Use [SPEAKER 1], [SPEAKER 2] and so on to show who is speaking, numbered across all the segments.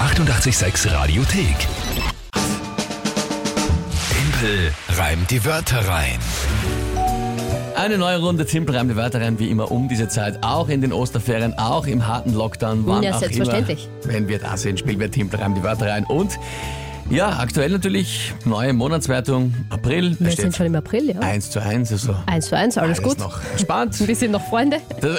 [SPEAKER 1] 886 Radiothek. Tempel reimt die Wörter rein.
[SPEAKER 2] Eine neue Runde Timpel reimt die Wörter rein, wie immer um diese Zeit, auch in den Osterferien, auch im harten Lockdown. Wann
[SPEAKER 3] Ja,
[SPEAKER 2] auch
[SPEAKER 3] selbstverständlich.
[SPEAKER 2] Immer, wenn wir da sind, spielen wir Timpel reimt die Wörter rein. Und ja, aktuell natürlich neue Monatswertung, April. Da
[SPEAKER 3] Wir
[SPEAKER 2] steht
[SPEAKER 3] sind schon im April, ja.
[SPEAKER 2] 1 zu 1, also
[SPEAKER 3] Eins zu eins, alles,
[SPEAKER 2] alles
[SPEAKER 3] gut.
[SPEAKER 2] noch
[SPEAKER 3] Ein
[SPEAKER 2] entspannt.
[SPEAKER 3] bisschen noch Freunde.
[SPEAKER 2] Das,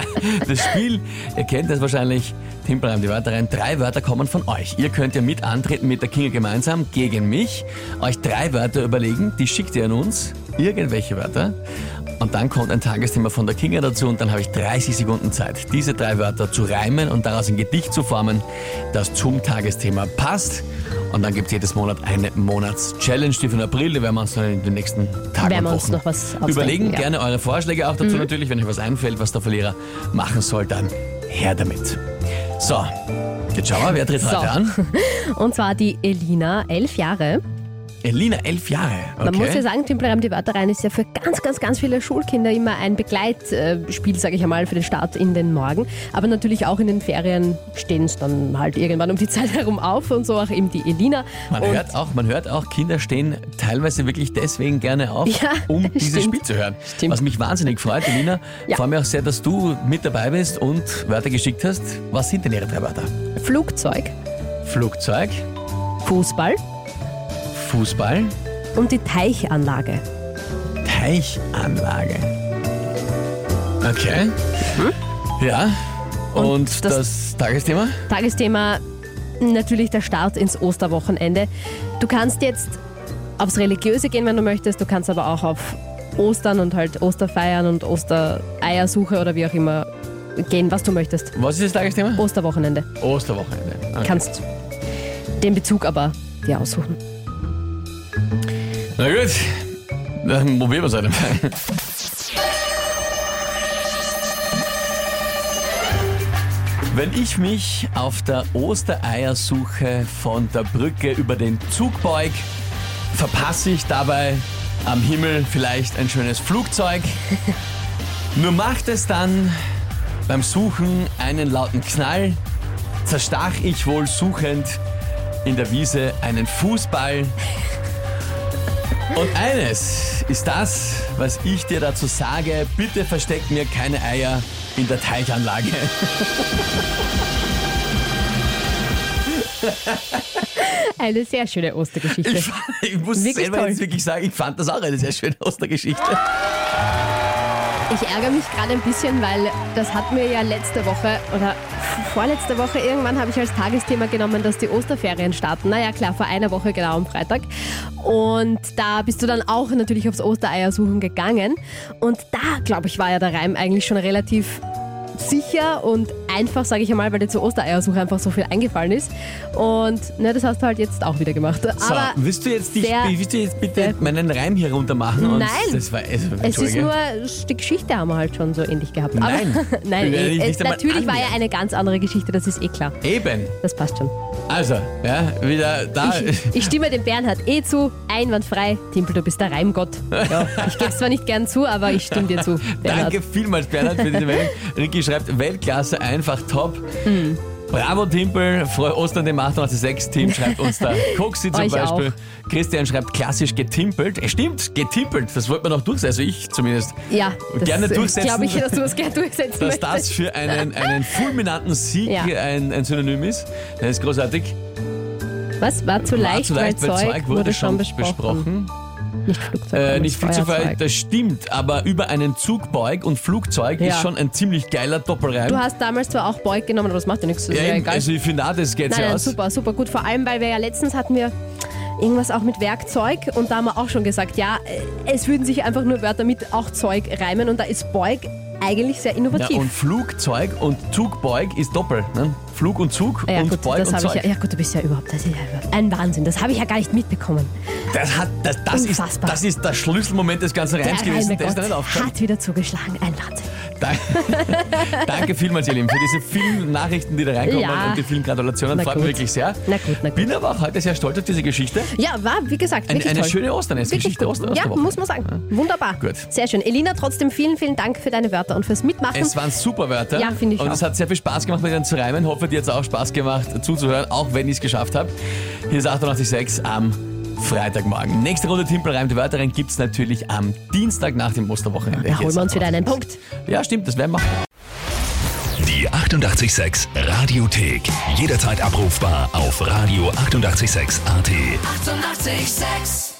[SPEAKER 2] das Spiel, ihr kennt das wahrscheinlich. Timpel reimt die Wörter rein. Drei Wörter kommen von euch. Ihr könnt ja mit antreten mit der Kinga gemeinsam gegen mich. Euch drei Wörter überlegen, die schickt ihr an uns. Irgendwelche Wörter. Und dann kommt ein Tagesthema von der Kinga dazu und dann habe ich 30 Sekunden Zeit, diese drei Wörter zu reimen und daraus ein Gedicht zu formen, das zum Tagesthema passt. Und dann gibt es jedes Monat eine Monatschallenge, die von April, die werden wir uns dann in den nächsten Tagen
[SPEAKER 3] Werden
[SPEAKER 2] und
[SPEAKER 3] wir uns
[SPEAKER 2] Wochen
[SPEAKER 3] noch was ausdenken,
[SPEAKER 2] überlegen.
[SPEAKER 3] ja. Mhm.
[SPEAKER 2] Gerne eure Vorschläge auch dazu natürlich, wenn euch was einfällt, was der Verlierer machen soll, dann her damit. So, jetzt schauen wir, wer tritt
[SPEAKER 3] So.
[SPEAKER 2] heute an?
[SPEAKER 3] Und zwar die Elina, elf Jahre.
[SPEAKER 2] Elina, elf Jahre. Okay.
[SPEAKER 3] Man muss ja sagen, Timpelreim die Wörter rein ist ja für ganz, ganz, ganz viele Schulkinder immer ein Begleitspiel, sage ich einmal, für den Start in den Morgen. Aber natürlich auch in den Ferien stehen es dann halt irgendwann um die Zeit herum auf und so, auch eben die Elina.
[SPEAKER 2] man
[SPEAKER 3] und
[SPEAKER 2] hört, auch, man hört auch, Kinder stehen teilweise wirklich deswegen gerne auf,
[SPEAKER 3] Ja,
[SPEAKER 2] um dieses
[SPEAKER 3] stimmt.
[SPEAKER 2] Spiel zu hören.
[SPEAKER 3] Stimmt.
[SPEAKER 2] Was mich wahnsinnig freut, Elina.
[SPEAKER 3] Ja.
[SPEAKER 2] Freue mich auch sehr, dass du mit dabei bist und Wörter geschickt hast. Was sind denn ihre drei Wörter?
[SPEAKER 3] Flugzeug,
[SPEAKER 2] Flugzeug,
[SPEAKER 3] Fußball
[SPEAKER 2] Fußball,
[SPEAKER 3] und die Teichanlage.
[SPEAKER 2] Teichanlage. Okay. Ja. Hm? Und,
[SPEAKER 3] Und
[SPEAKER 2] das,
[SPEAKER 3] das-
[SPEAKER 2] Tagesthema?
[SPEAKER 3] Tagesthema natürlich der Start ins Osterwochenende. Du kannst jetzt aufs Religiöse gehen, wenn du möchtest. Du kannst aber auch auf Ostern und halt Osterfeiern und Ostereiersuche oder wie auch immer gehen, was du möchtest.
[SPEAKER 2] Was ist das Tagesthema?
[SPEAKER 3] Osterwochenende.
[SPEAKER 2] Osterwochenende. Okay.
[SPEAKER 3] Kannst den Bezug aber dir aussuchen.
[SPEAKER 2] Na gut. Dann probieren wir es halt einmal. Wenn ich mich auf der Ostereiersuche von der Brücke über den Zug beug, verpasse ich dabei am Himmel vielleicht ein schönes Flugzeug. Nur macht es dann beim Suchen einen lauten Knall, zerstach ich wohl suchend in der Wiese einen Fußball. Und eines ist das, was ich dir dazu sage. Bitte versteck mir keine Eier in der Teichanlage.
[SPEAKER 3] Eine sehr schöne Ostergeschichte.
[SPEAKER 2] Ich, ich muss
[SPEAKER 3] Wirklich
[SPEAKER 2] selber
[SPEAKER 3] toll.
[SPEAKER 2] jetzt wirklich sagen, ich fand das auch eine sehr schöne Ostergeschichte.
[SPEAKER 3] Ich ärgere mich gerade ein bisschen, weil das hat mir ja letzte Woche oder vorletzte Woche irgendwann habe ich als Tagesthema genommen, dass die Osterferien starten. Naja, klar, vor einer Woche genau am Freitag. Und da bist du dann auch natürlich aufs Ostereiersuchen gegangen. Und da, glaube ich, war ja der Reim eigentlich schon relativ sicher und einfach, sage ich einmal, weil dir zur Ostereiersuche einfach so viel eingefallen ist. Und ne, das hast du halt jetzt auch wieder gemacht.
[SPEAKER 2] So,
[SPEAKER 3] Aber
[SPEAKER 2] willst du jetzt, dich,
[SPEAKER 3] sehr-
[SPEAKER 2] willst du jetzt bitte
[SPEAKER 3] sehr-
[SPEAKER 2] meinen Reim hier runter machen? Und
[SPEAKER 3] Nein.
[SPEAKER 2] Das war, also,
[SPEAKER 3] Es ist
[SPEAKER 2] Entschuldige.
[SPEAKER 3] nur, die Geschichte haben wir halt schon so ähnlich gehabt. Aber,
[SPEAKER 2] Nein.
[SPEAKER 3] nein,
[SPEAKER 2] Wir werden
[SPEAKER 3] eh,
[SPEAKER 2] nicht
[SPEAKER 3] es,
[SPEAKER 2] einmal
[SPEAKER 3] natürlich war ja
[SPEAKER 2] annähernd.
[SPEAKER 3] eine ganz andere Geschichte, das ist eh klar.
[SPEAKER 2] Eben.
[SPEAKER 3] Das passt schon.
[SPEAKER 2] Also, ja, wieder da.
[SPEAKER 3] Ich, ich stimme dem Bernhard eh zu, einwandfrei. Timpel, du bist der Reimgott. Ja, ich gebe zwar nicht gern zu, aber ich stimme dir zu, Bernhard.
[SPEAKER 2] Danke vielmals, Bernhard, für diese Meldung. Ricky schreibt, Weltklasse, einfach top.
[SPEAKER 3] Hm.
[SPEAKER 2] Bravo, Timpel. Frohe Ostern dem 886-Team schreibt uns da. Koksi zum
[SPEAKER 3] Euch
[SPEAKER 2] Beispiel. Christian schreibt, klassisch getimpelt. Es stimmt, getimpelt. Das wollte man noch durchsetzen. Also ich zumindest.
[SPEAKER 3] Ja, das
[SPEAKER 2] Gerne durchsetzen.
[SPEAKER 3] glaube ich, dass du es gerne durchsetzen
[SPEAKER 2] Dass
[SPEAKER 3] möchtest.
[SPEAKER 2] das für einen, einen fulminanten Sieg
[SPEAKER 3] Ja.
[SPEAKER 2] ein, ein Synonym ist. Das ist großartig.
[SPEAKER 3] Was war zu
[SPEAKER 2] War
[SPEAKER 3] leicht, weil Zeug, wurde schon besprochen. Nicht Flugzeug,
[SPEAKER 2] Äh,
[SPEAKER 3] sondern
[SPEAKER 2] nicht viel zu
[SPEAKER 3] Feuerzeug.
[SPEAKER 2] weit, das stimmt, aber über einen Zugbeug und Flugzeug
[SPEAKER 3] Ja.
[SPEAKER 2] ist schon ein ziemlich geiler Doppelreim.
[SPEAKER 3] Du hast damals zwar auch Beug genommen, aber das macht ja nichts. Das ist ja
[SPEAKER 2] eben,
[SPEAKER 3] egal.
[SPEAKER 2] also ich finde auch, das geht
[SPEAKER 3] Nein,
[SPEAKER 2] ja
[SPEAKER 3] nein,
[SPEAKER 2] aus.
[SPEAKER 3] super, super gut. Vor allem, weil wir ja letztens hatten wir irgendwas auch mit Werkzeug und da haben wir auch schon gesagt, ja, äh, es würden sich einfach nur Wörter mit auch Zeug reimen und da ist Beug eigentlich sehr
[SPEAKER 2] Ja,
[SPEAKER 3] innovativ.
[SPEAKER 2] und Flugzeug und Zugbeug ist doppel. Ne? Flug und Zug
[SPEAKER 3] Ah Ja,
[SPEAKER 2] und
[SPEAKER 3] gut,
[SPEAKER 2] Beug
[SPEAKER 3] das
[SPEAKER 2] und
[SPEAKER 3] habe ich
[SPEAKER 2] Zeug.
[SPEAKER 3] ja, ja gut, du bist ja überhaupt, das ist ja überhaupt ein Wahnsinn, das habe ich ja gar nicht mitbekommen.
[SPEAKER 2] Das, hat, das, das, ist,
[SPEAKER 3] Unfassbar.
[SPEAKER 2] das ist der Schlüsselmoment des ganzen Reims gewesen.
[SPEAKER 3] reine
[SPEAKER 2] Der ist da
[SPEAKER 3] Gott
[SPEAKER 2] nicht aufgefallen.
[SPEAKER 3] hat wieder zugeschlagen, ein Wahnsinn.
[SPEAKER 2] Da- Danke vielmals, ihr Lieben, für diese vielen Nachrichten, die da reinkommen
[SPEAKER 3] Ja.
[SPEAKER 2] und die vielen Gratulationen.
[SPEAKER 3] Na
[SPEAKER 2] Freut
[SPEAKER 3] gut.
[SPEAKER 2] mich wirklich sehr.
[SPEAKER 3] Na gut, na gut.
[SPEAKER 2] Bin aber auch heute sehr stolz auf diese Geschichte.
[SPEAKER 3] Ja, war, wie gesagt,
[SPEAKER 2] Eine,
[SPEAKER 3] wirklich
[SPEAKER 2] eine
[SPEAKER 3] toll.
[SPEAKER 2] schöne Ostern ist
[SPEAKER 3] Wirklich
[SPEAKER 2] Geschichte
[SPEAKER 3] gut.
[SPEAKER 2] Ostern.
[SPEAKER 3] ja,
[SPEAKER 2] Osterwoche.
[SPEAKER 3] muss man sagen. Wunderbar.
[SPEAKER 2] Gut.
[SPEAKER 3] Sehr schön. Elina, trotzdem vielen, vielen Dank für deine Wörter und fürs Mitmachen.
[SPEAKER 2] Es waren super Wörter.
[SPEAKER 3] Ja, finde ich
[SPEAKER 2] Und
[SPEAKER 3] auch.
[SPEAKER 2] es hat sehr viel Spaß gemacht, mit ihnen zu reimen. Hoffe, hat jetzt auch Spaß gemacht zuzuhören, auch wenn ich es geschafft habe. Hier ist 886 am Freitagmorgen. Nächste Runde Timpel reimt die Wörter rein gibt's natürlich am Dienstag nach dem Osterwochenende.
[SPEAKER 3] Da holen
[SPEAKER 2] Jetzt
[SPEAKER 3] wir uns
[SPEAKER 2] aber.
[SPEAKER 3] wieder einen Punkt.
[SPEAKER 2] Ja, stimmt, das werden wir.
[SPEAKER 1] Die 886 Radiothek. Jederzeit abrufbar auf radio886.at. 886! 886.
[SPEAKER 4] 886